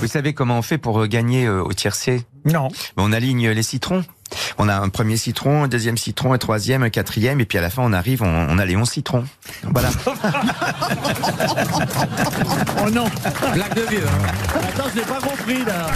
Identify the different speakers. Speaker 1: Vous savez comment on fait pour euh, gagner euh, au tiercé
Speaker 2: Non.
Speaker 1: Ben, On aligne les citrons. On a un premier citron, un deuxième citron, un troisième, un quatrième, et puis à la fin on arrive, on, on a les onze citrons. Voilà.
Speaker 2: Oh non. Oh
Speaker 3: Blague de hein. vieux. hein.
Speaker 2: Attends, je l'ai pas compris là.